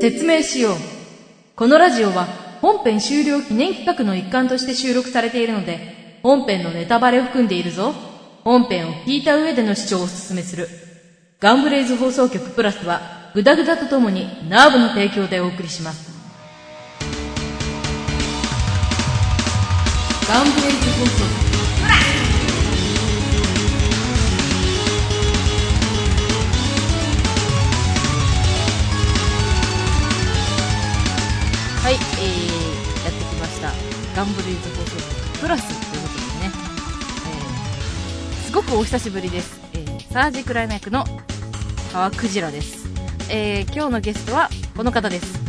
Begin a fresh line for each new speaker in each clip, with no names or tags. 説明しよう。このラジオは本編終了記念企画の一環として収録されているので、本編のネタバレを含んでいるぞ。本編を聞いた上での視聴をお勧めする。ガンブレイズ放送局プラスは、グダグダとともにナーブの提供でお送りします。ガンブレイズ放送局。はい、えー、やってきました。ガンブルイズ放送局プラスということでね、えー、すごくお久しぶりです。えー、サージクライマックの川クジラです。えー、今日のゲストはこの方です。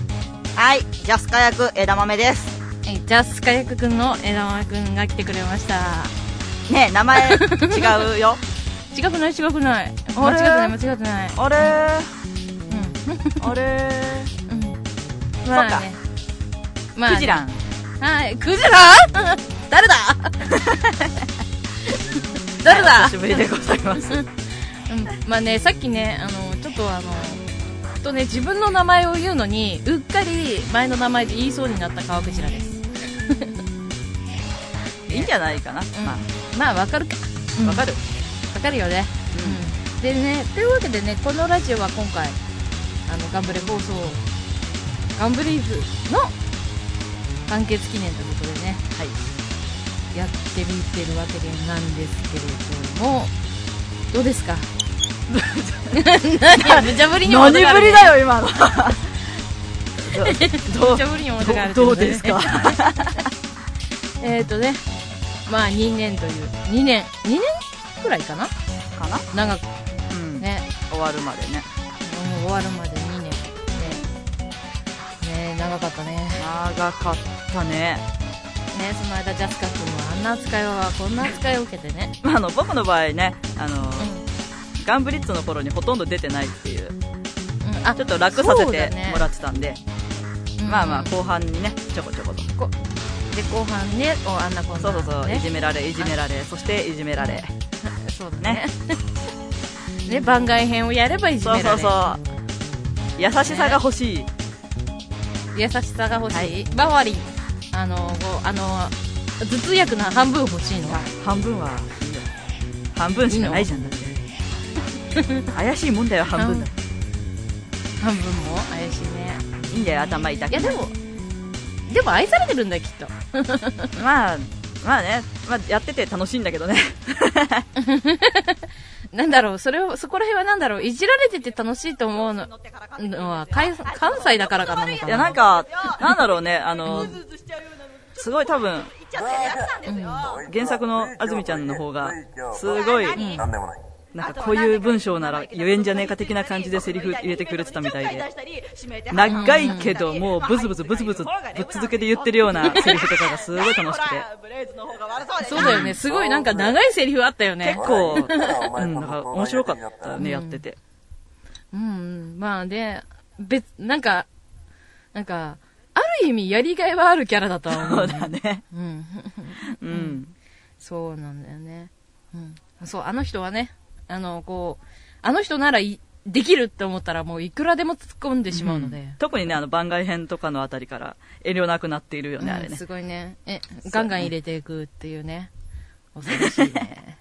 はい、ジャスカ役枝豆です。
えー、ジャスカヤクくんの枝豆くんが来てくれました。
ねえ、名前違 うよ。
違くない違くない。間
あ
違
れ
ってない間違ってない。
あれ
う
あれ
ん。うん。まあね。ま
クジラン。
はい、クジラ誰だ誰だ
久しぶりでございます。
うん、まあねさっきねあのちょっとあのふとね自分の名前を言うのにうっかり前の名前で言いそうになった川口らです、
いいんじゃないかな。
うん
ま
まあわかるか
あ、わか
る
る。
わかるよね、うん、でねというわけでねこのラジオは今回あのガンブレ放送ガンブリーズの完結記念ということでね
はい。
やってみてるわけでなんですけれどもどう ですか何無茶ぶりにも程があるね
だよ、今 の。ど
め
う
っちゃ無理に表がある
どうどうですか
えっとねまあ2年という2年2年くらいかな
かな
長く
うん。
ね
終わるまでね。
もう終わるまで2年ねね長かったねね
長かったね。
その間ジャスカ君はあんな扱いはこんな扱いを受けてね、
まあ、あの、僕の場合ね、あの、
う
ガンブリッツの頃にほとんど出てないっていう、
んうん、あ
ちょっと楽させ
そうだ
て
ね
もらってたんで、まあまあ、後半にね、ちょこちょこと。
うんで後半ねこうあんなこん
そ
な
うそうそう、い
ね
じめられ、いじめられ、そしていじめられ。
そうだ ねね番外編をやればいじめ
そ
ら
う
れ
そうそう優しさが欲しい、
優しさが欲しい、
はい
バファリンあのこうあの頭痛薬の半分欲しいの
半分はいいよ半分しかないじゃんだって怪しいもんだよ半分だ
半分も怪しいね
いいんだよ頭痛く
い
な
や
い
でもでも愛されてるんだよきっと
まあまあね、まあ、やってて楽しいんだけ どね
なんだろうそれをそこら辺はなんだろういじられてて楽しいと思うののは関関西だからかなのかない
やなんかなんだろうねあのすごい多分原作の安住ちゃんの方がすごい、
ん
なんでもない。
なんかこういう文章なら言えんじゃねえか的な感じでセリフ入れてくれてたみたいで
で
長いけどもうブツブツブツブツぶっ続けて言ってるようなセリフとかがすごい楽しくて
そうだよねすごいなんか長いセリフあったよね
結構、うん、なんか面白かったね、やってて。
うんまあで別なんかなんかある意味やりがいはあるキャラだとは思
そううだね。
うん
うん。
そうなんだよね。うん。そう、あの人はね、あの、こう、あの人ならいできるって思ったらもういくらでも突っ込んでしまうので。
特にね、あの、番外編とかのあたりから遠慮なくなっているよね、あれ
うん
ね。
すごいね。え、ガンガン入れていくっていうね。恐ろしいね。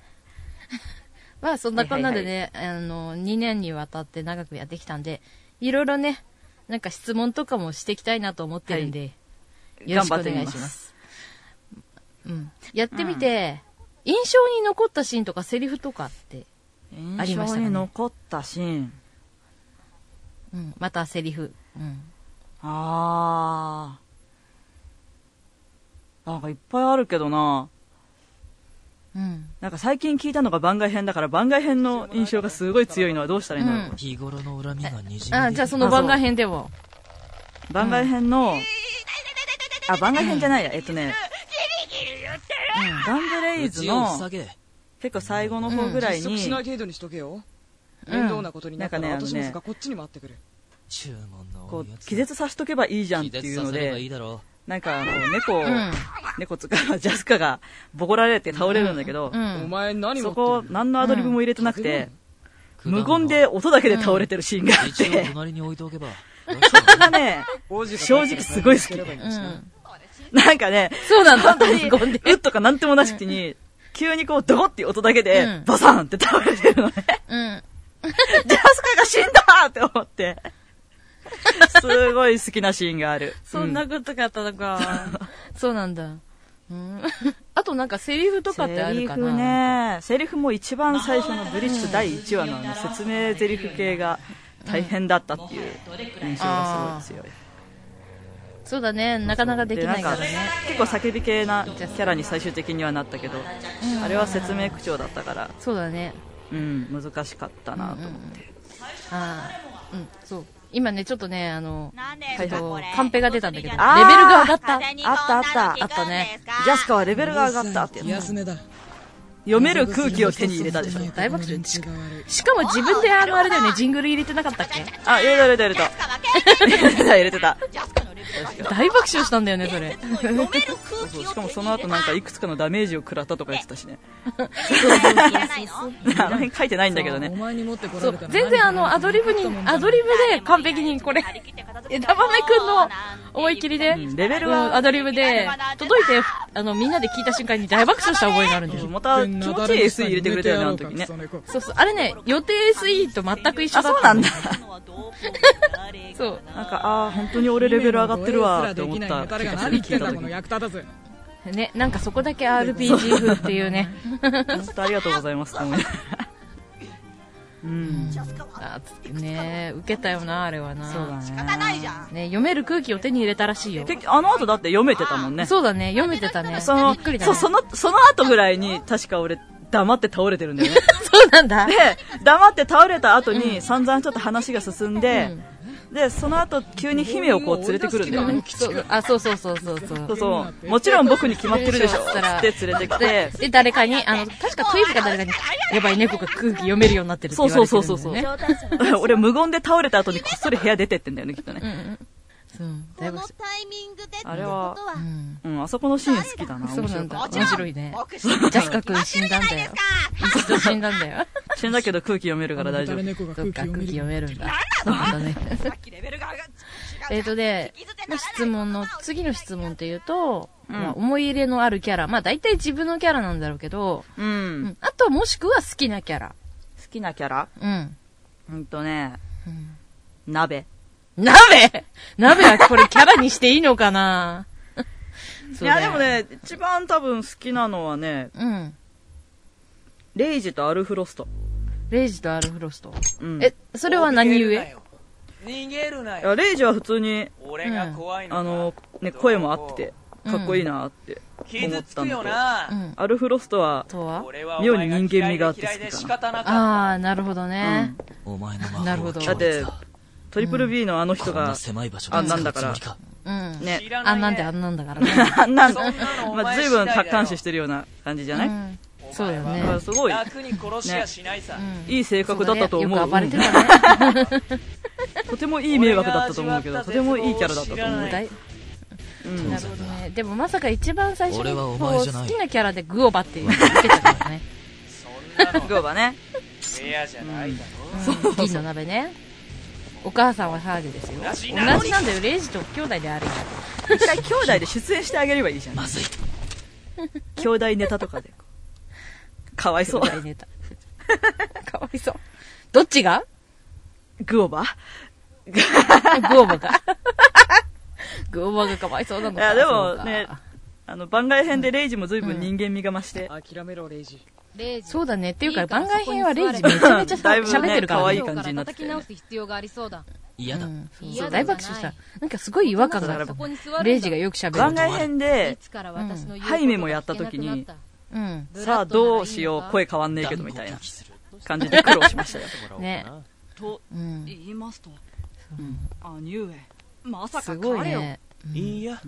まあ、そんなこんなでね、あの、2年にわたって長くやってきたんで、いろいろね、なんか質問とかもしていきたいなと思ってるんで、よろ
頑
しくお
張って
願
み
い
ま。
しますす。うん。やってみて、印象に残ったシーンとかセリフとかってあり
印
ました
象
かね
に残ったシーン。
うん、またセリフ。うん。
あー。なんかいっぱいあるけどな。
うん。
なんか最近聞いたのが番外編だから、番外編の印象がすごい強いのはどうしたらいいんだろう。
うん
日頃の恨みがにじみ出る
あ、じゃあその番外編でも。
番外編の、あ、番外編じゃないや。えっとね、ガンブレイズ
口を
の
塞、げ
結構最後の方ぐらい
窒息しない
に、
程度にしとけよ、
うん
面倒なことになったら
なんかね
後
あのね
始末がこっちに回ってくる、
注文の
こ
おや
う、
つ
気絶さしとけばいいじゃんっていうの
気絶させればい
で、
いだろ
なんかあの、猫を
うん、
猫つか、 ジャスカがボコられて倒れるんだけど
う、ん。
お前何持
そ
ってる
こ、何のアドリブも入れてなくて、無言で音だけで倒れてるシーンがあっ
一応
て、
隣に置いておけば。
それがね、正直すごい好き
うん。
なんかね、
そうなんだ、
本当に、
無言で。
うっとかなんともなしきに、急にこう、ドコっていう音だけで、
うん
バサンって倒れてるのね。
うん。
ジャスカが死んだって思って。すごい好きなシーンがある。
そんなことがあったのか。
そうなんだ。うん。 あとなんかセリフとかってあ
セ
る
リ
か
フ
な
ね、セリフも一番最初のブリッジと第1話のあの説明セリフ系が大変だったっていう印象がすごい強い。
そうだね。なかなかできないから
で
ね。
んか結構叫び系なキャラに最終的にはなったけど、あれは説明口調だったから、
そうだね。
うん、難しかったなと思って。
ああ。うん、そう。今ね、ちょっとね、あの、
なんで
えっ
すか
と
これ、
カンペが出たんだけど、レベル
あー
が上がった。
風に
あったあった
こんなの聞くんですか
ジャスカはレベルが上がったってやつ
休めだ
読める空気を手に入れたでしょ。
大爆笑。しかしかも自分であの、あれだよね、ジングル入れてなかったっけ
あ、入れた入れた入れ
ジャ
た
ス。カは結構
入れてた入れてた。
ジャスカのレベルが
確か
大爆笑したんだよね、それ。
読める空気
そう
を
しかもその後なんかいくつかのダメージを食らったとか言ってたしね。
手に入れないの
あの 辺書いてないんだけど
お
ね。
前に持ってこ
そ
られた
う
ら、
全然あの、アドリブに、アドリブで完璧にこれ、枝豆くんの思いっきりで、
うんレベル
うんア
は、
ドリブで、届いて、あの、みんなで聞いた瞬間に大爆笑した覚えがあるんですよ。
また気持ちいい SE 入れてくれたよね、あの時ね。
そうそう、あれね、予定 SE と全く一緒だった。
あ、そうなんだ。
そう。
なんか、あー本当に俺レベル上がってるわって思った気が
が
す
何
る
言って
聞
ん
いた
だこ
時
の
に。
役立たず
ね、なんかそこだけ RPG 風っていうね。
本当ありがとうございますと思いながら。うん。
あね受けたよな、あれはな。
そうだね。
ないじゃん
ね、読める空気を手に入れたらしいよ。
てあの後だって読めてたもんね。
そうだね、読めてたね。
その、
びっくりだ
そ
ね。
う、その、その後ぐらいに、確か俺、黙って倒れてるんだよね。
そうなんだ。
で、黙って倒れた後に、散々ちょっと話が進んで、で、その後、急に姫をこう連れてくるんだよね。
そうあ、そうそうそうそうそう。
そうそう。もちろん僕に決まってるで しょ。
そ
つ
したら
って連れてき て、
で、誰かに、あの、確かクイズか誰かに、やばい猫が空気読めるようになってるって言われてるんだよね。
そうそうそうそう俺無言で倒れた後にこっそり部屋出てってんだよね、きっとね。
うん、だい
こ
ぶ
の、タイミングでってこ
あ
と
れ
は
は、うん、あそこのシーン好きだな。
そうな
面白
ん
い。
だ。面白いね。ジャスカ君死んだんだよ。一度死んだんだよ。
死んだけど空気読めるから大丈
誰
夫。
猫が
そっ
空気
か、
を
空
見
気
る
読めるんだ。そうなんだね。えっとで、まあ質問の、次の質問っていうと、
うん
まあ思い入れのあるキャラ。まあ大体自分のキャラなんだろうけど、
う。
うんんあともしくは好きなキャラ。
好きなキャラ
うん。
うんとね、鍋。
鍋鍋はこれキャラにしていいのかな
いや、でも。ね、一番多分好きなのはね、
そうだようん。
レイジとアルフロスト。
レイジとアルフロスト。
うん。
え、それは何故
逃げるない
やレイジは普通に、
俺が怖いのか
あの、ね、声も合ってて、かっこいいなって思
傷
っ
つ
たん
く
だけ
よ
ど、
う。
なん
アルフロストは、
とは
俺は
妙に人間味があって好
嫌
き
い
かな
で仕方なかっ
ああ、なるほどね。
たお前の魔
なるほど
法は強
だっ
烈
て、トリプル B のあの人
こんな
が、
狭い場所
あ
で
なん
使
だ
う
か
つ
ら
もりか
うん。
ね
知、らない
あ、
ね
なんであんなんだから ね。
あんなん、
そんなのお前
まあ、随分
次第だよ
達観視してるような感じじゃない、
うんそうだよ
だ
ね
か。らすごい、
楽に殺しやしないさ
うん
いい性格だったと思う。
そうだねよく暴れてたね。
うんとてもいい迷惑だったと思うけど、とてもいいキャラだったと思う。
だい
うん
なるほどね。でもまさか一番最初に
俺は
こ
お
う
前じゃない
好きなキャラでグオバっていうのを受けたからね。
そんなの
グーバね。
レアじゃないだ
うん銀の鍋ね。お母さんはハーゲですよ。同
同
じ
じ
な
なん
だよ。レイジと兄弟であるよ。
一回兄弟で出演してあげればいいじゃん。
まずい
兄弟ネタとかで。かわいそう
兄。弟ネタ。かわいそう。どっちが
グオバ
グオバが。 グオバがかわいそうなの
い
か。
や、で
そう
も
か
ね、あの、番外編でレイジも随分人間味が増して、
諦めろレイジ
そうだね。っていうか、
いいから
番外編はレイジめちゃめちゃ
だいぶ
喋
ね
ってるから
可愛い
ね。
感じになって
叩
て
き直す必要がありそうだ。
嫌
う
だ
んそう
嫌
そう
だ
大爆笑した。なんかすごい違和感があっ
そ
た。
こに座るんだ
レイジがよく喋
番
る。
外編で
い、つから私の言うことが聞けなくなった
ハイメもやった時に、
うん。
さあどうしよう、声変わんねえけどみたいな感じで苦労しましたよ。
ね。
と
うん。
言いますと、兄上まさ
す
か
ごい
彼を、
ね。
いいや、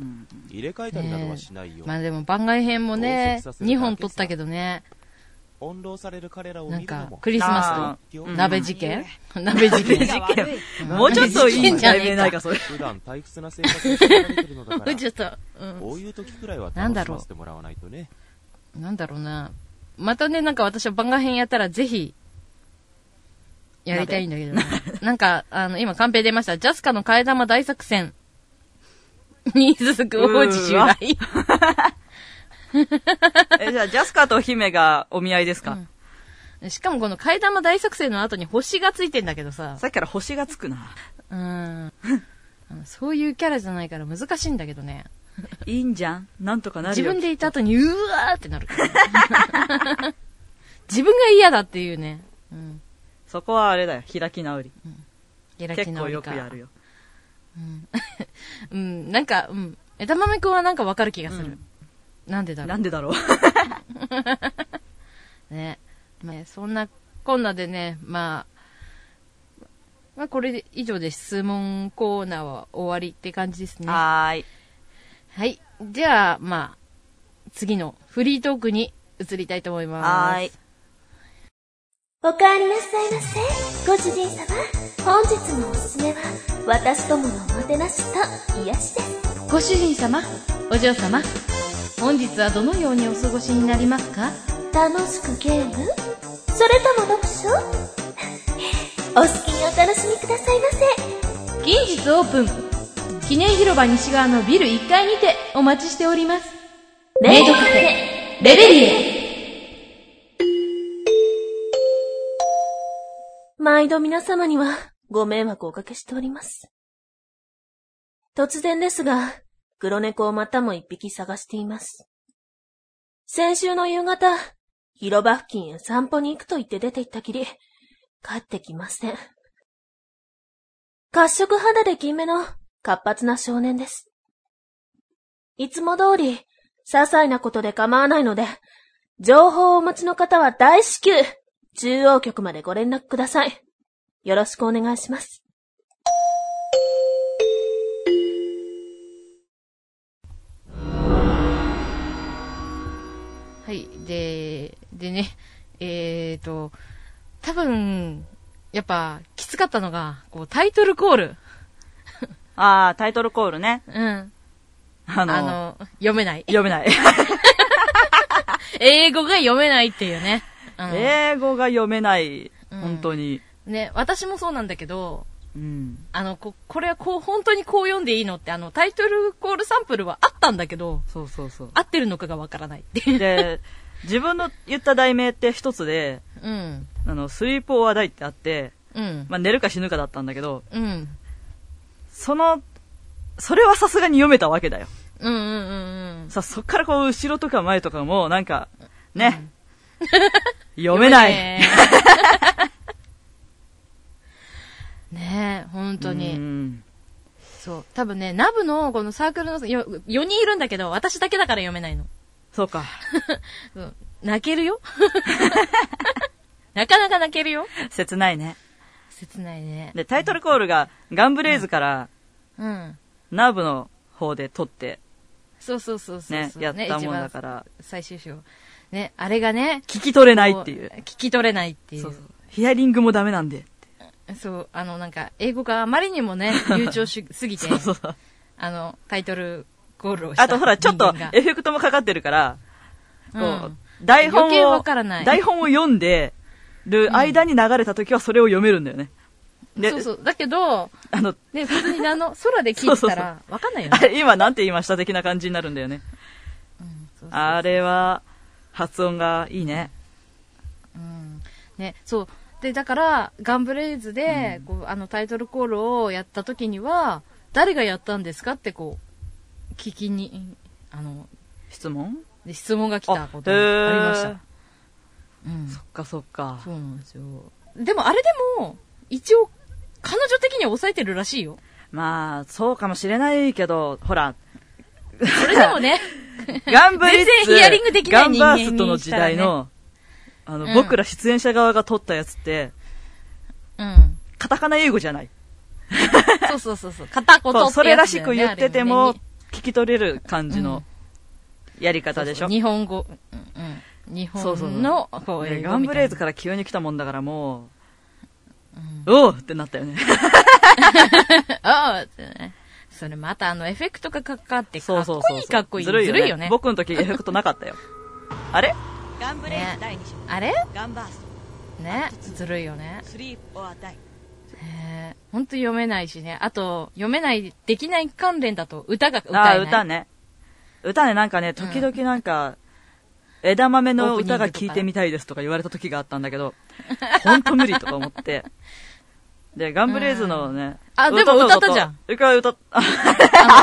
入れ替えたりなどはしないよ、
まあでも番外編もね、2本撮ったけどね、
翻弄される彼らを
なん
見る
か
のも、
クリスマス
う
と
ん
鍋事件鍋事件。
が悪い
もうちょっといいんじゃねえないか、それ。
普段退屈な生活をしてられてるのだから
ちょっと、
こういう時くらいは
なんだ
楽し
ろう
ませてもらわないとね
うん。なんだろうな。またね、なんか私は番外編やったらぜひ、やりたいんだけどな。なんか、あの、今、カンペ出ました。ジャスカの替え玉大作戦に続く王子襲来。
え、じゃあ、ジャスカと姫がお見合いですか、
しかもこの替え玉大作戦の後に星がついてんだけどさ。
さっきから星がつくな。
うん。あのそういうキャラじゃないから難しいんだけどね。
いいんじゃんなんとかなる
自
よ。
分でいた後に、うわーってなる から。自分が嫌だっていうね。うん。
そこはあれだよ。開き直り。
ゲラキ
結
の
構
り
よ
か
くやるよ。
うん。なんか、うん。枝豆くんはなんかわかる気がする。なんでだろ
なんでだろう。
う。ね。まあ、そんな、こんなでね、まあ、まあ、これで以上で質問コーナーは終わりって感じですね。
は ーい。
はい。じゃあ、まあ、次のフリートークに移りたいと思います。
はーい。
おかえりなさいませ、ご主人様。本日のおすすめは、私どものおもてなしと癒しです。
ご主人様、お嬢様、本日はどのようにお過ごしになりますか
楽しくゲームそれとも読書 お好きにお楽しみくださいませ。
近日オープン、記念広場西側のビル1階にてお待ちしております。メイドカフェ、レベリエ。
毎度皆様には、ご迷惑をおかけしております。突然ですが、黒猫をまたも一匹探しています。先週の夕方、広場付近へ散歩に行くと言って出て行ったきり、帰ってきません。褐色肌で金目の活発な少年です。いつも通り、些細なことで構わないので、情報をお持ちの方は大至急、中央局までご連絡ください。よろしくお願いします。
はい。で、でね、えーと、多分、やっぱ、きつかったのが、こう、タイトルコール。
あー、タイトルコールね。
うん。
あの、
あの、読めない。
読めない。
英語が読めないっていうね。うん、
英語が読めない。
うん
本当に。
ね、私もそうなんだけど、
うん。
あの、こ、これはこう、本当にこう読んでいいのって、あの、タイトルコールサンプルはあったんだけど、
そうそうそう。
合ってるのかがわからないっていう。
で、自分の言った題名って一つで、
うん。
あの、スリープオアダイってあって、
うん。
まあ、寝るか死ぬかだったんだけど、
うん。
その、それはさすがに読めたわけだよ。
うんうんうん
さ、そっからこう、後ろとか前とかも、なんか、ね。読めない。
ねえ。ねえ、本当
う
に。
ん
そう。多分ね、ナブのこのサークルの、よ、4人いるんだけど、私だけだから読めないの。
そうか。
うん泣けるよ なかなか泣けるよ
切ないね。
切ないね。
で、タイトルコールが、ガンブレイズから、
うん。
ナーブの方で撮って、
そうそうそうそう
ね
そ、う。
やったもんだか
ね。
ら、
一番最終章。ね、あれがね、
聞き取れないっていう
こ。聞き取れないっていう。
そうそう。ヒアリングもダメなんで。
そう、あの、なんか、英語があまりにも ね、流暢しすぎて、
そうそうそう。
あの、タイトルゴールをした
あとほら、ちょっと
人間が
エフェクトもかかってるから、こう、
うん
台本
余計わ
を、
からない
台本を読んでる間に流れた時はそれを読めるんだよね。で、
そうそう。だけど、
あの、
ね、普通にあの、空で聞いてたら、わかんないよね
あ。れ今なんて言いました的な感じになるんだよね。
そうそう
あれは、発音がいいね。
うんね、そう。で、だから、ガンブレイズで、こう、あの、タイトルコールをやった時には、誰がやったんですかって、こう、聞きに、あの、
質問
で質問が来たこと
へ
が
ー
ありました。うん。
そっかそっか。
そうなんですよ。でも、あれでも、一応、彼女的には抑えてるらしいよ。
まあ、そうかもしれないけど、ほら、
それでも ね、
ガンブリッ
全
ツ、
然ヒアリングできない人間
ガンバーストの時代の、あの、
うん
僕ら出演者側が撮ったやつって、
うん。
カタカナ英語じゃない。
そうそうそうそう。片言ってやつだよね、
そうそれらしく言って
あ
て
れ
も
ね、
聞き取れる感じのやり方でしょ。
日本語、うんうん、日
そうそうそう
本のこう
ね
英語
ガン
み
ブ
たいな
レイズから急に来たもんだからもう、おうってなったよね。
ああってね。それまたあのエフェクトがかかってか
そう
っ
そう
こ
そう
いいかっこいい。
ずるいよね。
ね。
僕の時エフェクトなかったよ。あれ
ガンブレイズ第2章
あれ
ガンバース
ねねずるいよね
スリープは大
ねほんと読めないしねあと読めないできない関連だと歌が歌えな
あ
い
あ、歌ね。歌ね、なんかね、時々なんか、枝豆の歌が聴いてみたいですとか言われた時があったんだけど、 ほんと無理とか思って。で、ガンブレイズのね、
あでも歌ったじゃん。
歌は歌っ、あれは、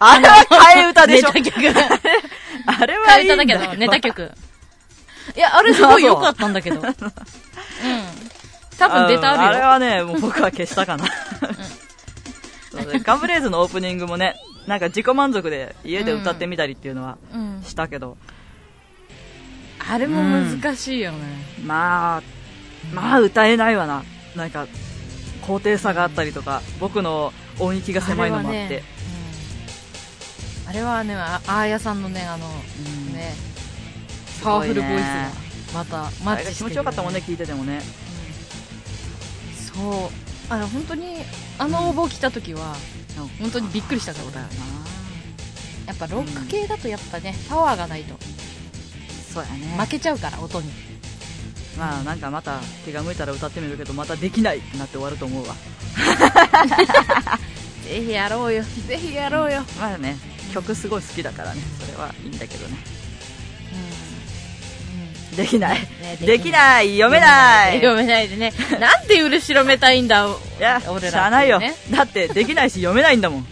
あれは替え歌でしょ。
ネタ 曲
あれはい
替
い
え
ん
た
だよ
だけど、ネタ曲。いや、あれすごい良かったんだ けど。うん。多分出た
あ
あ
のあ
る
れ
よ。
はね、もう僕は消したかな。そうねガンブレイズのオープニングもね、なんか自己満足で家で歌ってみたりっていうのは
うん。
したけど、
あれも難しいよね。
まあ、まあ歌えないわな。なんか、高低差があったりとか、僕の音域が狭いのもあって。
あれはねあれはね、ああーやさんのね、あの、
うん
ね、
す
パワ
ごい
フ
ね
ルボイスが、また、マ
あ
ッ
れが
チしてる、
気持ちよかったもんね、。聞いててもね。
そう。あれ、本当に、あの応募来た時は、
うん
本当にびっくりしたから、俺やっぱロック系だとやっぱね、パワーがないと、
そうやね。
負けちゃうから、音に。
まあなんかまた気が向いたら歌ってみるけど、またできないってなって終わると思うわ。
ぜひやろうよ。ぜひやろうよ。
まあね、曲すごい好きだからね、それはいいんだけどね。できない。
ね
できない読めない
読めないでね。なんで後ろめたいんだ、
いや、
俺らってね
しゃあないよ。だって、できないし読めないんだもん。
ね、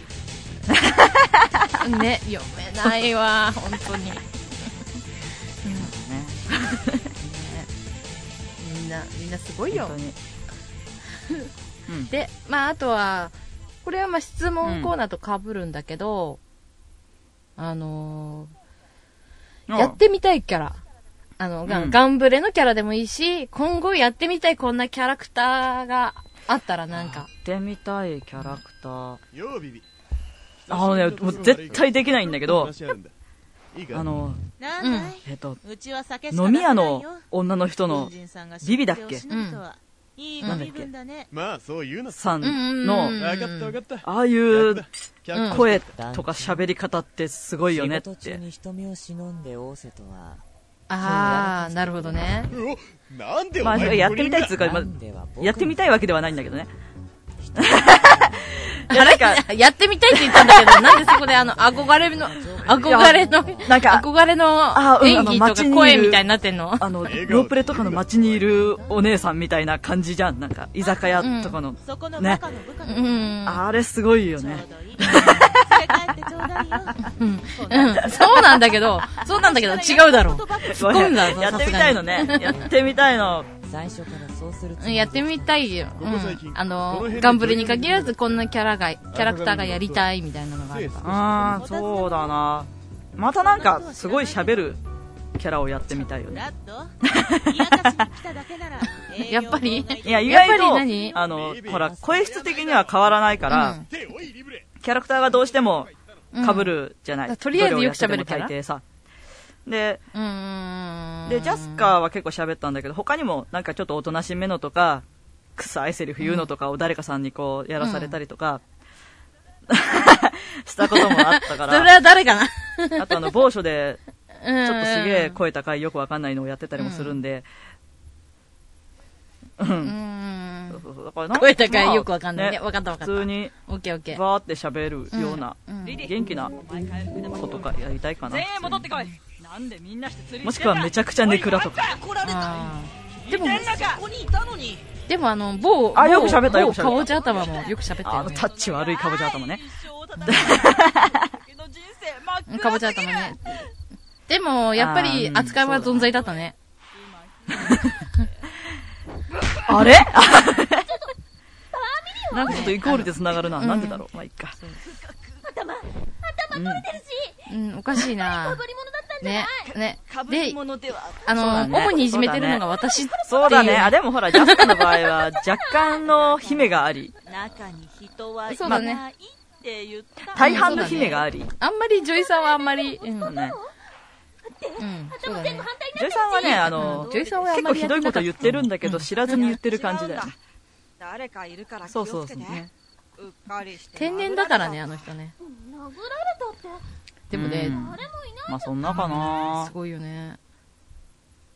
読めないわ、本当に。みんな、みんなすごいよ
本当。に。
で、まあ、あとは、これはまあ質問コーナーと被るんだけど、あのーやってみたいキャラ。あの、が
うん
ガンブレのキャラでもいいし、今後やってみたいこんなキャラクターがあったらなんか。
やってみたいキャラクター。あのね、もう絶対できないんだけど、あの、
なんだい
えっと、
うちは酒しか
飲み屋
出
の
せないよ
女の人の
軍人さんが
ビビだっけ
出世をしのぐとはいいご身分だね
まあそう言うな
さん
う
の、
ん
分かった分かった
ああいう
うん
声とか喋り方ってすごいよねっ
仕事中
て。
に瞳を忍んで仰せとは
あー、なるほどね。
うおなんでお
まあ、
前
やってみたいっ
こ
つうか、まあ
なんでは僕の
やってみたいわけではないんだけどね。
いや、なんか、 やってみたいって言ったんだけど、なんでそこであ の、憧れの、憧れの、
なんか
憧れ
あ
の
うん
演技
あの
と
街に
か
いる
声みたいになってんの
あの、ロ
笑顔で
ープレとかの街にいるお姉さんみたいな感じじゃん。なんか、居酒屋とかの。
そこのバカの部下
う
の
ん。うん
あれすごいよ
ちょう
ね。
ど いい連れ帰ってちょうだいよそんな
そうなんだけど、そうなんだ けど、違うだろう。突っ込んだぞ
やってみたいのね。やってみたいの。
最初からそうするつも
う
り
んやってみたいよ。う
こ最近
ん。あ
この
の
辺、で
ガンブルに限らず、こんなキャラが、キャラクターがやりたいみたいなのがあれば。
ああ、そうだな。またなんか、すごい喋るキャラをやってみたいよね。
ラッド嫌がらしに来ただけなら
やっぱり
いや、
栄
意
やっぱ
外
り何
と、あの、ほら、声質的には変わらないから、
でおいリブレ
キャラクターがどうしても
うん
被。るじゃな
うん
い。
とりあえずよく喋るキャラ
どれをやってても大抵さ。で、
うん。
で、ジャスカーは結構喋ったんだけど、他にもなんかちょっとおとなしめのとか、臭いセリフ言うのとかを誰かさんにこう、やらされたりとか、 したこともあったか
それ
ら、
は誰 かな
あとあの、某所で、
うん。
ちょっとすげえ声高いよくわかんないのをやってたりもするんで、う。
うんん
そう。そうそうだからなん
声高
まあ
いよくわかんないね。わかったわか
普
った。
通に、
オッケーオッケー。
バーって喋るような、
うん
元気な子とかやりたいかな
全。員戻ってこいなんでみんなして釣り
もしくはめちゃくちゃネクラとか。
あーでも、
こにいたのに
でもあの、某、
あ
某
よく喋ったよく喋っ
某
た
かぼちゃ頭もよく喋った
あ
よ
の、
ね
タ。ッチ悪いかぼちゃ頭ね。
うんかぼちゃ頭ね。でも、やっぱり
あーうん
扱いは存在だったね。
あれなんかちょっとイコールで繋がるな。
うん
なんでだろう。まあ、いっか。
うん、おかしいな。ね、ね。で、
では
あ
そうだ
の、
ね
主にいじめてるのが私っていう。
そうだね。あ、でもほら、ジャスカの場合は、若干の姫があり、
中に人はい
そう
な
だ
い
ね
って言った
大半の姫があり。
あんまり、女医さんはあんまり、うん、うん、
ね。
そうだね。
ジョイさんはね、あ
う
の
ん、女医さんはあん
結
ま
構
り
ひ
や
ど
てな
いこ
かった
と言ってるんだけど、知らずに言ってる感じだよね。
誰かいるから気
そ
を
うそう
つ
そ
け
う
て
ね。
うっかりして
天然だからね、あの人ね。でも
う
ね
ん、まあそんなかな
すごいよね。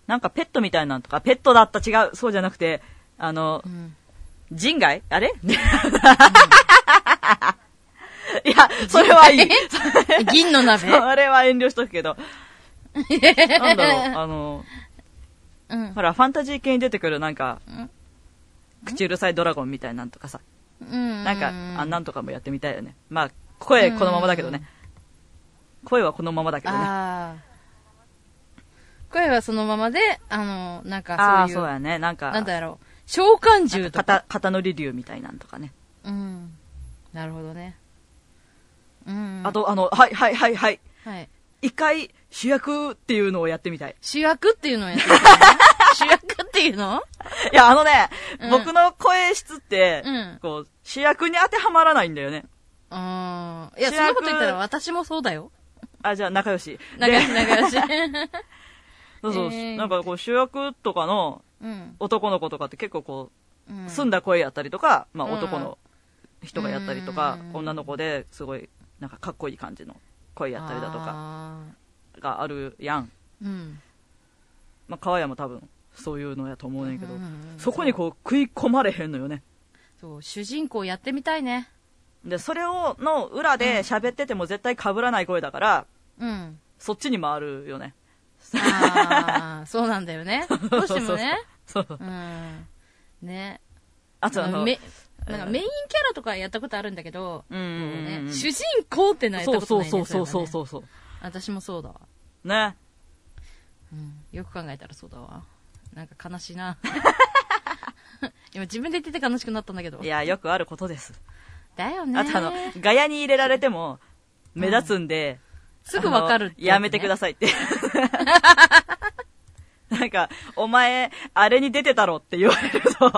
なんかペットみたいなのとか、ペットだった違う、そうじゃなくて、あの、人外あれ、 いや、それはいい。
銀の鍋
それは遠慮しとくけど。なん だろう、あの、ほら、ファンタジー系に出てくるなんか、口うるさいドラゴンみたいなんとかさ、
うん
なんか、あんなんとかもやってみたいよね。まあ、声このままだけどね。声はこのままだけどね。
あー声はそのままで、あの、なん
あ
か
あ、
そういう。
そうやね。なんか、
なんだろう。召喚獣とか。
か。肩、肩乗り竜みたいなんとかね。
うん。なるほどね。うん。
あと、あの、はいはいはいはい。
はい。
一回、主役っていうのをやってみたい。
主役っていうのをやってる 主役っていうの
いや、あのね、
うん
僕の声質って、
うん
こう、主役に当てはまらないんだよね。
あーいや、
主
そ
役
んなこと言ったら私もそうだよ。
あ、じゃあ仲良し。
仲良し
で
仲良し。
そうそう、
えー
なんかこう主役とかの
うん。
男の子とかって結構こ
う
う、
ん
澄んだ声やったりとか、まあ
うん
男の人がやったりとか、女の子ですごいなんかかっこいい感じの声やったりだとか
あ
があるやん。
ーうん。
まあ川谷も多分そういうのやと思うねんけど、
うんうんうん
そこにこう食い込まれへんのよね。
そう、主人公やってみたいね。
で、それを、の裏で喋ってても絶対被らない声だから、
うん。
そっちに回るよね。
ああ、そうなんだよ ね。どうしてもね。
そうそうそう。
うん。ね。
あとあの、
めなんかメインキャラとかやったことあるんだけど、
うんうんうんうん
ね主人公ってのはやったことないね
そうそうそ
れは
うそうそうそう
ね私もそうだわ。
ね。
よく考えたらそうだわ。なんか悲しい な。今自分で言ってて悲しくなったんだけど。
いや、よくあることです。
だよね。
あとあの、ガヤに入れられても、目立つんで、
すぐわかるってやつね
あのやめてくださ いって。なんか、お前、あれに出てたろって言われると、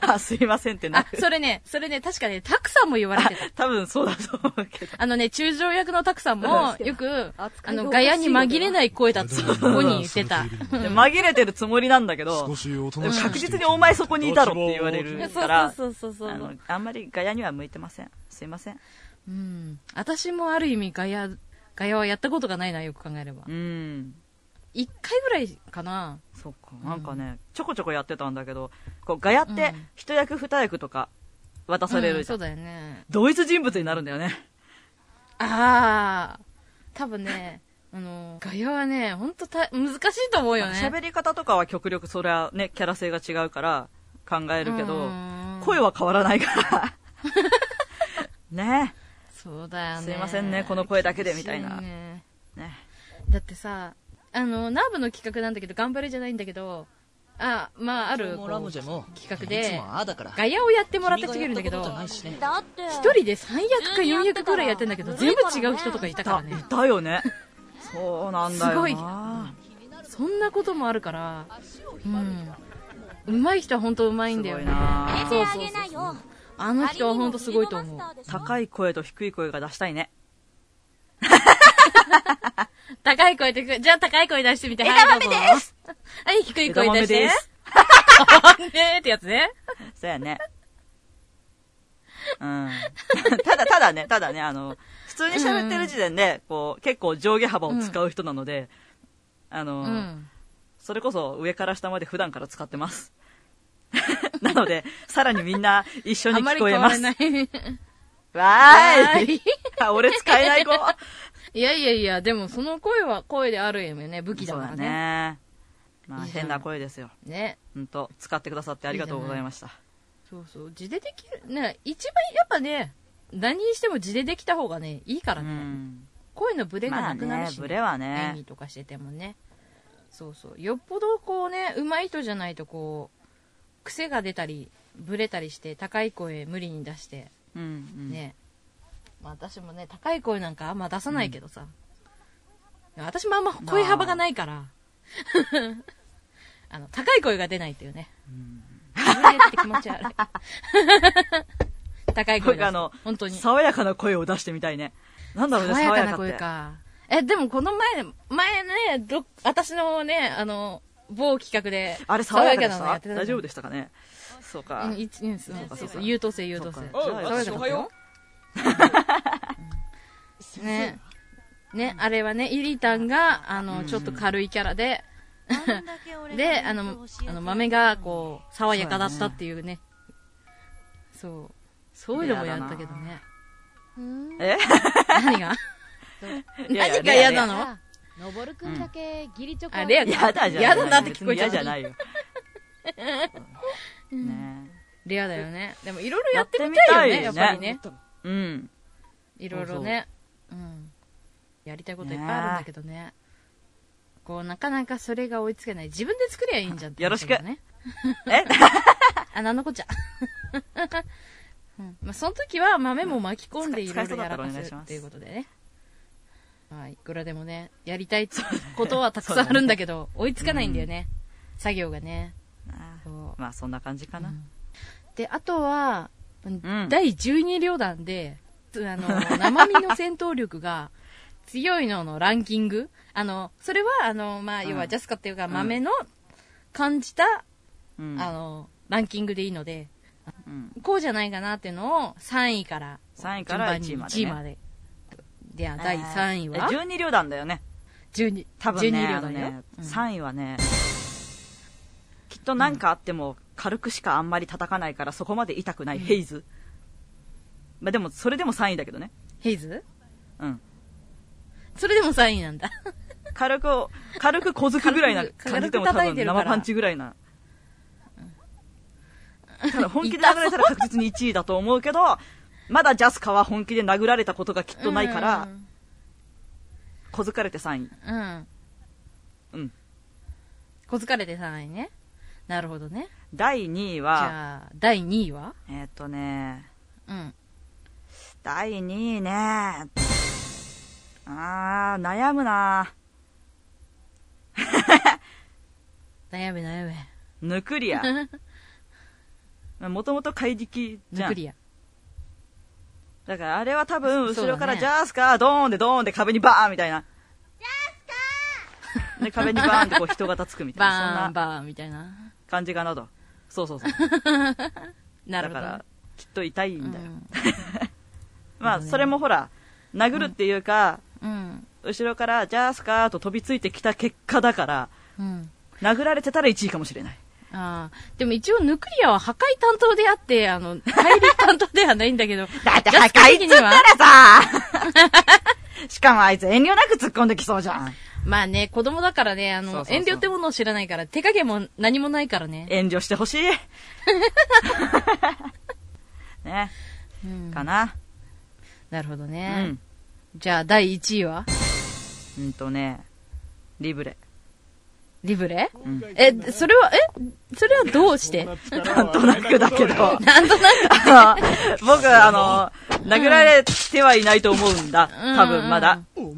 あ、すいませんってなる。
それね、それね、確かね、たくさんも言われてた。
多分そうだと思うけど。
あのね、中将役のたくさんも、よく、あ
いがおかしいのでは
の、ガヤに紛れない声だって、ここに言ってた。
で紛れてるつもりなんだけど、でも確実にお前そこにいたろって言われるから、
そうそうそうそう
あのあんまりガヤには向いてません。すいません。
うん。私もある意味ガヤ、ガヤはやったことがないな、よく考えれば
う。ん。
一回ぐらいかな。
そっか、なんかね、ちょこちょこやってたんだけど、こうガヤって一役二役とか渡され
うん
るじ
そ
ゃ。
うんだよね。
同一人物になるんだよね。
ああ、多分ね、あの、ガヤはね、ほんとた難しいと思うよね。
喋り方とかは極力それはね、キャラ性が違うから考えるけど、声は変わらないから。 ね
そうだよね。
すいませんねこの声だけでみたいな
厳しね
ね
だってさ、あの、ナーブの企画なんだけど、頑張れじゃないんだけど、あ、まあ、ある、こう企画で、ガヤをやってもらった人がいるんだけど、一
だって
人で3役か4役ぐらいやってんだけど、全部違う人とかいたからね。
いたよね。そうなんだよな。
すごいそんなこともあるから、うん。上手い人は本当上手いんだよね。そうそうそうそう。あの人は本当すごいと思う。
高い声と低い声が出したいね。
高い声でく、じゃあ高い声出してみて、はい、どうぞ。はい、低い声出して。
枝豆です
ねえってやつね。
そうやね。うん。 ただ、ただね、ただね、あの、普通に喋ってる時点で、こう、結構上下幅を使う人なので、あの、
うん。
それこそ上から下まで普段から使ってます。 なので、さらにみんな一緒に
あんま
聞
り
こえ
変
ま
わら
す。
な
わ
い。い
ー
わー
い
い
あ俺使えない子
やいやいや、でもその声は声であるよね、 武器だ
そう
か
だ
らね。
ね。まあ、
いいじゃん
変な声ですよ。
ね。
うんと、使ってくださってありがとうございました。
そうそう。字でできる。ね、一番やっぱね、何にしても字でできた方がね、いいから
う
ね。
ん。
声のブレが
まあ
なくな
ね
る、し、
ブレは
演
ね
技、とかしててもね。そうそう。よっぽどこうね、上手い人じゃないとこう、癖が出たり、ブレたりして、高い声無理に出して、
うん、うん。
ね。まあ私もね、高い声なんかあんま出さないけどさ。私もあんま声幅がないから、 あの、高い声が出ないっていうね。自分でやって気持ち 悪い。高い声
僕
出す
あの、
本当に。
爽やかな声を出してみたいね。なんだろうね、
爽や
爽
か
やか
な
って
声か。え、でもこの前、前ね、ど、私のね、あの、某企画で、
あれ爽やかでし
爽
た
た
大丈夫でしたかねそうか。
うん、一うん、そう
そうか
そ
そうう
そ
か
う、優等生、優等生
そう。か
爽
じゃ
やかだった
あ私おはよ
うんね。ね、あれはね、イリタンが、あの、ちょっと軽いキャラで、で、あの、あの豆がこう、爽やかだったっていうね。そう。そういうのもやったけどね。
え
何 が何が嫌なの
のぼるくんだけギリチョコ
あ、レア
や
だ。
じゃない
嫌だなって聞こえちゃう。
別に嫌じゃないよ。
ねレアだよね。でもいろいろやってみたいよね、や
や
っ
ってみたいよね
ぱりね。
うん。
いろいろね。うん。やりたいこといっぱいあるんだけどね。こう、なかなかそれが追いつけない。自分で作りゃいいんじゃんって
よろ
話
し
だ
く。
よ ね。あ、なんのこっちゃ。うん。まあ、その時は豆も巻き込んでいろいろやらかせるっていうことでね。はい。いくらでもね、やりたいことはたくさんあるんだけど、追いつかないんだよね。作業がね。そう
まあそんな感じかな。
で、あとは、第12旅団で、つあの、生身の戦闘力が強いののランキングあの、それは、あの、まあ、
うん
要はジャスカっていうか
うん
豆の感じた、
うん
あの、ランキングでいいので、
うん。
こうじゃないかなっていうのを3位から、
3位から
順番に
1位
1
ま
位まで。で、あ第3位は
え12両団だよね。
12、
多分ね、
12
あ
両
の
団だよ
ね、3位はね、きっと何かあっても軽くしかあんまり叩かないからそこまで痛くないヘイズ。まあでも、それでも3位だけどね。
ヘイズ
うん。
それでも3位なんだ。
軽く、軽く小突くぐらいな感じでも多
軽く叩い
分
てるから
生パンチぐらいな。ただ本気で殴られたら確実に1位だと思うけど、まだジャスカは本気で殴られたことがきっとないから、小づかれて3位。
うん。
うん。
小疲れて3位ね。なるほどね。
第2位
じ
は、
ゃあ、第2位は
えーっとね、
うん。
第2位ね。あー、悩むな
悩め悩め。
ヌク リア。もともと怪力じゃん。
ヌクリア。
だからあれは多分、
そうだ
後
ね
ろからジャスカー、ドーンでドーンで壁にバーンみたいな。ジャスカーで、壁にバーンってこう人型つくみたい
バ
な。
ーン、
そんな
バーンみたいな。
感じかなと。そうそうそう。
なるほど
だから、きっと痛いんだよ。
う ん
まあ、それもほら、殴るっていうか、
うん。
後ろからジャスカーと飛びついてきた結果だから、
うん。
殴られてたら1位かもしれない。
ああ。でも一応、ヌクリアは破壊担当であって、あの、怪力担当ではないんだけ ど。だって
破壊っつったらさ しかもあいつ遠慮なく突っ込んできそうじゃん。
まあね、子供だからね、あの、
そうそうそう
遠慮ってものを知らないから、手加減も何もないからね。
遠慮してほしい。 ね。かな。
なるほど
う
ね
ん。。
じゃあ、第1位は
うんとね、リブレ。
リブレ、え、それは、えそれはどうして
なんとなくだけど。
なんとな
あの僕、あの、殴られてはいないと思うんだ。
うん
多分まだ。でも、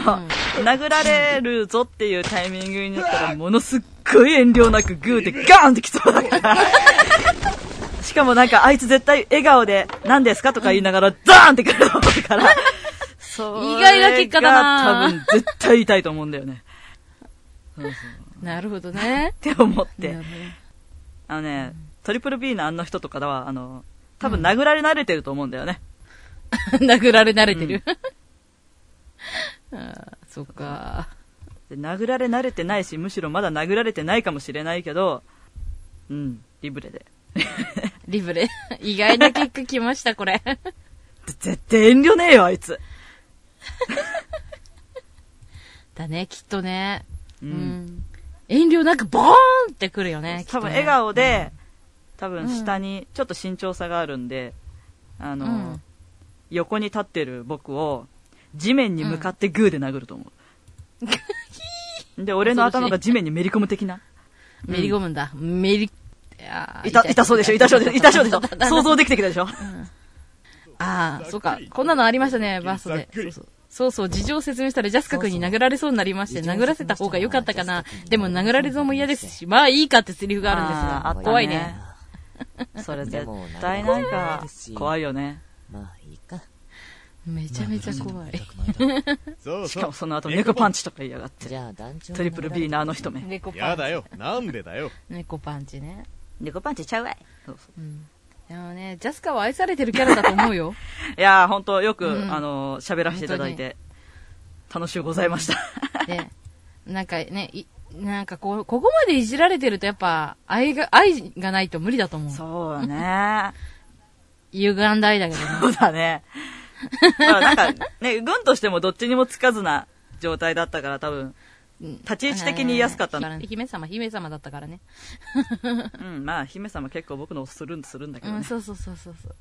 殴られるぞっていうタイミングになったら、ものすっごい遠慮なくグーでガーンってきそうだ から。しかもなんか、あいつ絶対笑顔で、何ですかとか言いながら、ザーンってくると思うから。
意外な結果だな
それが多分絶対痛いと思うんだ よね。そうそう
なるほどね。
って思って。あのね、トリプル B のあの人とかは、あの、多分殴られ慣れてると思うんだよね。
殴られ慣れてる。 そっか。
で殴られ慣れてないし、むしろまだ殴られてないかもしれないけど、うん、リブレで。
リブレ。 意外な結果来ました、これ。
絶対遠慮ねえよ、あいつ。
だね、きっとね。
う
うんん。遠慮なくボーンってくるよね、きっと
多
ね
分笑顔で、多分下に、ちょっと身長差があるんで、あの、
うん
横に立ってる僕を、地面に向かってグーで殴ると思う。 で、俺の頭が地面にめり込む的な。
うんめり込むんだ。めり、あー
痛、痛そうでしょ、 痛そうでしょ、痛そ うでしょ。想像できてきたでしょ。
ああ、そうか。こんなのありましたね、バースで。そうそうそうそう、事情を説明したらジャスカ君に殴られそうになりまして、殴らせた方が良かったかな。でも殴られそうも嫌ですし、まあいいかってセリフがあるんですが、
あーあったね
怖いね。
それ絶対なんか、怖いよね。
まあい いか。
めちゃめちゃ怖い。
そう
しかもその後、猫パンチとか言いやがって。
じゃあ団長
トリプル B のあの人め。
猫パンチ。
やだよ。なんでだよ。
猫パンチね。
猫パンチちゃうわい。
でもね、ジャスカは愛されてるキャラだと思うよ。
いやー、ほんと、よく、
うん
あのー、喋らせていただいて、楽しゅうございました。
で、なんかね、いなんかこう、ここまでいじられてるとやっぱ、愛が、愛がないと無理だと思う。
そうだね。
歪んだ愛だけど ね。
そうだね。まあなんか、ね、軍としてもどっちにもつかずな状態だったから多分、立ち位置的に安かったんだね。
姫様、姫様だったからね。
うん、まあ姫様結構僕のするんするんだけど
う
ね
ん、。そうそうそうそうそう。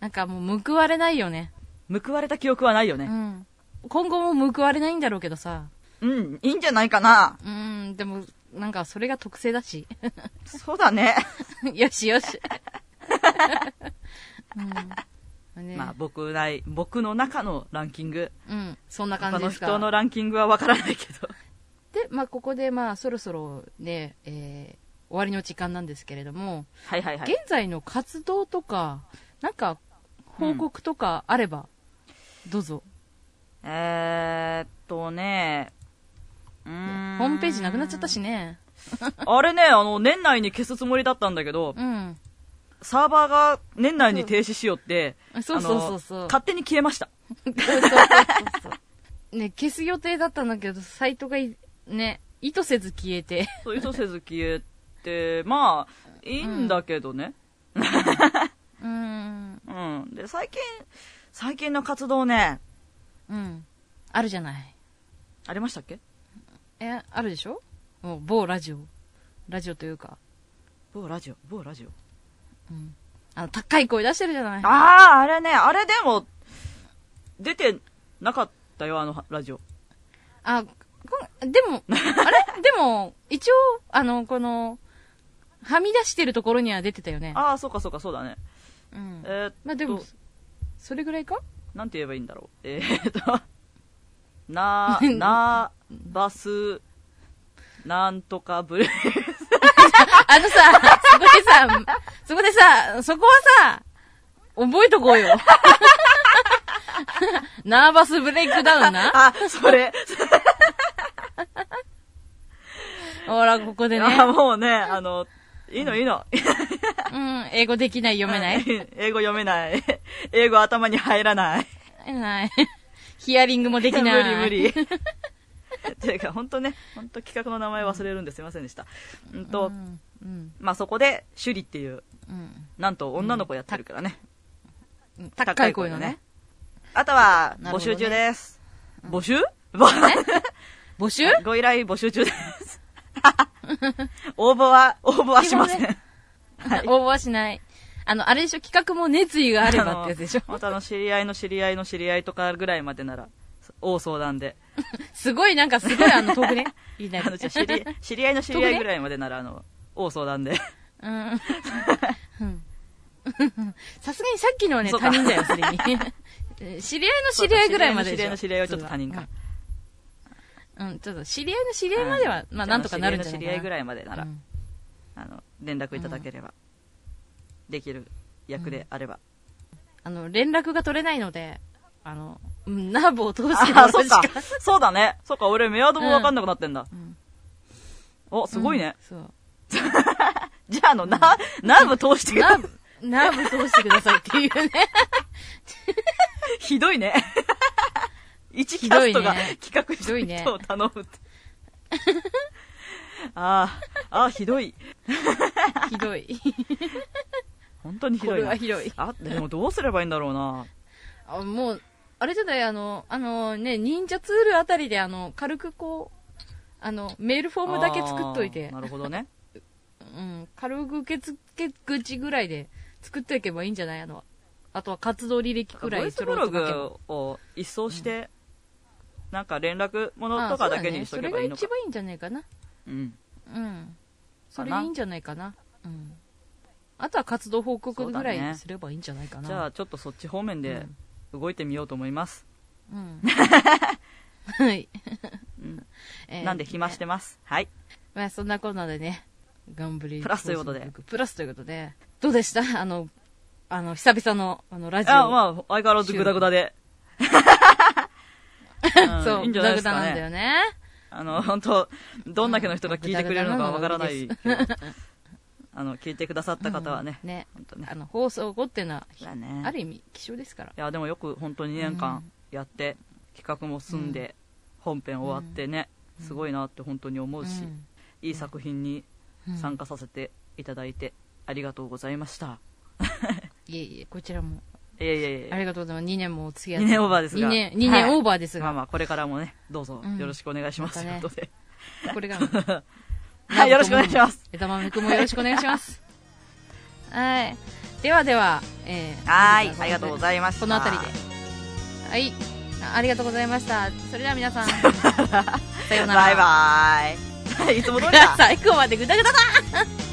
なんかもう報われないよね。
報われた記憶はないよね。
うん。今後も報われないんだろうけどさ。
うん、いいんじゃないかな。
うん、でも、なんかそれが特性だし。
そうだね。
よしよし。 うん。ね
まあ僕ない、僕の中のランキング。
うん、そんな感
他
じ
の
ですか。
人のランキングはわからないけど。
で、まあ、ここで、まあ、そろそろね、えー終わりの時間なんですけれども、
はいはいはい。
現在の活動とか、なんか、報告とかあれば、どうぞ。
えーっとね、うーん。
ホームページなくなっちゃったしね。
あれね、あの、年内に消すつもりだったんだけど、
うん。
サーバーが年内に停止しよって、
うんそうそうそうそう
あの勝手に消えました。
ね、消す予定だったんだけど、サイトがい、ね、意図せず消えて。
そう、意図せず消えて、まあ、いいんだけどね。
うん。
うん。で、最近、最近の活動ね、
うん。あるじゃない。
ありましたっけ
え、あるでしょもう、某ラジオ。ラジオというか、
某ラジオ、某ラジオ。
あの、高い声出してるじゃない。
ああ、あれね、あれでも、出てなかったよ、あのラジオ。
あ、こんで も、あれでも、一応、あの、この、はみ出してるところには出てたよね。
ああ、そうかそうか、そうだね。
うん。
えーっと、
まあでも、それぐらいか
なんて言えばいいんだろう。えーっと、 な、な、バス、なんとかブレ
あのさ、そこでさ、そこでさ、そこはさ、覚えとこうよ。 ナーバスブレイクダウンな。
あ、それ。
ほら、ここでね。
あもうね、あの、いいのいいの。
うん、英語できない、読めない。
英語読めない。 英語頭に入 らない。
ない。ヒアリングもできない。
無理 無理。ていうか、ほんとね、ほんと企画の名前忘れるんですいませんでした。うんと、
うん。
まあ、そこで、シュリっていう、
うん。
なんと女の子やってるからね。
うん高い声のね。。
あとは、
なるほど
募
ね
集中です。募集ぼ
募集
ご依頼募集中です。 応募は、応募はしません。
応募はしない。あの、あれでしょ、企画も熱意があればってやつでしょ。
またあの、知り合いの知り合いの知り合いとかぐらいまでなら、大相談で。
すごい、なんかすごい、あの、遠くね。いいね。
あの、じゃあ知り、知り合いの知り合いぐらいまでなら、あの、大相談で。
うん。さすがにさっきのはね、
そうか
他人だよ、すでに。 え知り合いの 知り合いぐらいまで
知
で
り合
し
いの
ょ。
知り合いはちょっと他人か。
うん。うん、ちょっと知り合いの知り合いまでは、まあ、なんとかなるんじゃない
知
か
り合いの知り合い
な
ぐらいまでなら、
うん
あの、連絡いただければ、できる役であれば。
あの、連絡が取れないので、あの、うんナーブを 通してもら
あ、
う
そう
し
か
か。。
そうだね。そうか、俺、メアドもわかんなくなってんだ。お、すごいね。
そう。
じゃあ、あの、な、ナーブ通して
ナーブ、ナーブ通してくださいっていうね。
ひ どいね。一キャストが
ひ
企画
ひどい
し
ね
た人を頼 むって。ああ、ああ、ひどい。
ひどい。
本当にひど
こ
い
れ
な
は。ひどい。
あ、でもどうすればいいんだろうな。
あもう、あれじゃない、あの、あのね、忍者ツールあたりで、あの、軽くこう、あの、メールフォームだけ作っとい
あ
て
ー、なるほどね。
うん、軽く受付口ぐらいで作っていけばいいんじゃないあの、あとは活動履歴くら
ボイ
い
ス
ちょ
ブ
ろっと
ロ
書けば。
グを一掃して、なんか連絡物
あ
と
そ
か
う
だ
だ
け
ね
にしと
そ
け
れ
ば
が
いいのか
一。番いいんじゃないかな。
うん。
うん。それいいんじゃないかな。うん。あとは活動報告ぐらいにすればいいんじゃないかな。
じゃあ、ちょっとそっち方面で動いてみようと思います。
うん。 はい。
うん
えー
なんで暇してます。はい。
まあそんなこんなでね、ガンブリ
プラスということで。
プラスということで、どうでしたあの、あの、久々の、あの、ラジオ。
あ、まあ、相変わらずグダグダで。うん
そう、
いいんじ
グ
ゃ
ダ
ないで
グ
す
ダ
か
なんだ
ね
よ。ね。
あの、本当どんだけの人が聞いてくれるのかわからないけど。あの、聞いてくださった方はね。
ね。
本当ね。
あの、放送後っていうのは、
そうだね
ある意味、希少ですから。
いや、でもよく本当2年間やって、企画も済んで、本編終わってね、すごいなって本当に思うし、
うん
いい作品に参加させていただいてありがとうございました、
いえいえ、こちらも。
いやいやいや
ありがとうございます。2年もお付き合い。
2年オーバーですが
2年、二年オーバーです
はい
が。
まあまあこれからもねどうぞ
うん
よろしくお願いします、
また
とい
ね
うことで。
これから も
はいよろしくお願いします
枝豆くんもよろしくお願いします。 はい。ではでは、えー、
はいありがとうございました
このあたりで。はい。あありがとうございました。それでは皆さん、さようなら。
バイバーイ いつも通りだ
最後までぐだぐだだ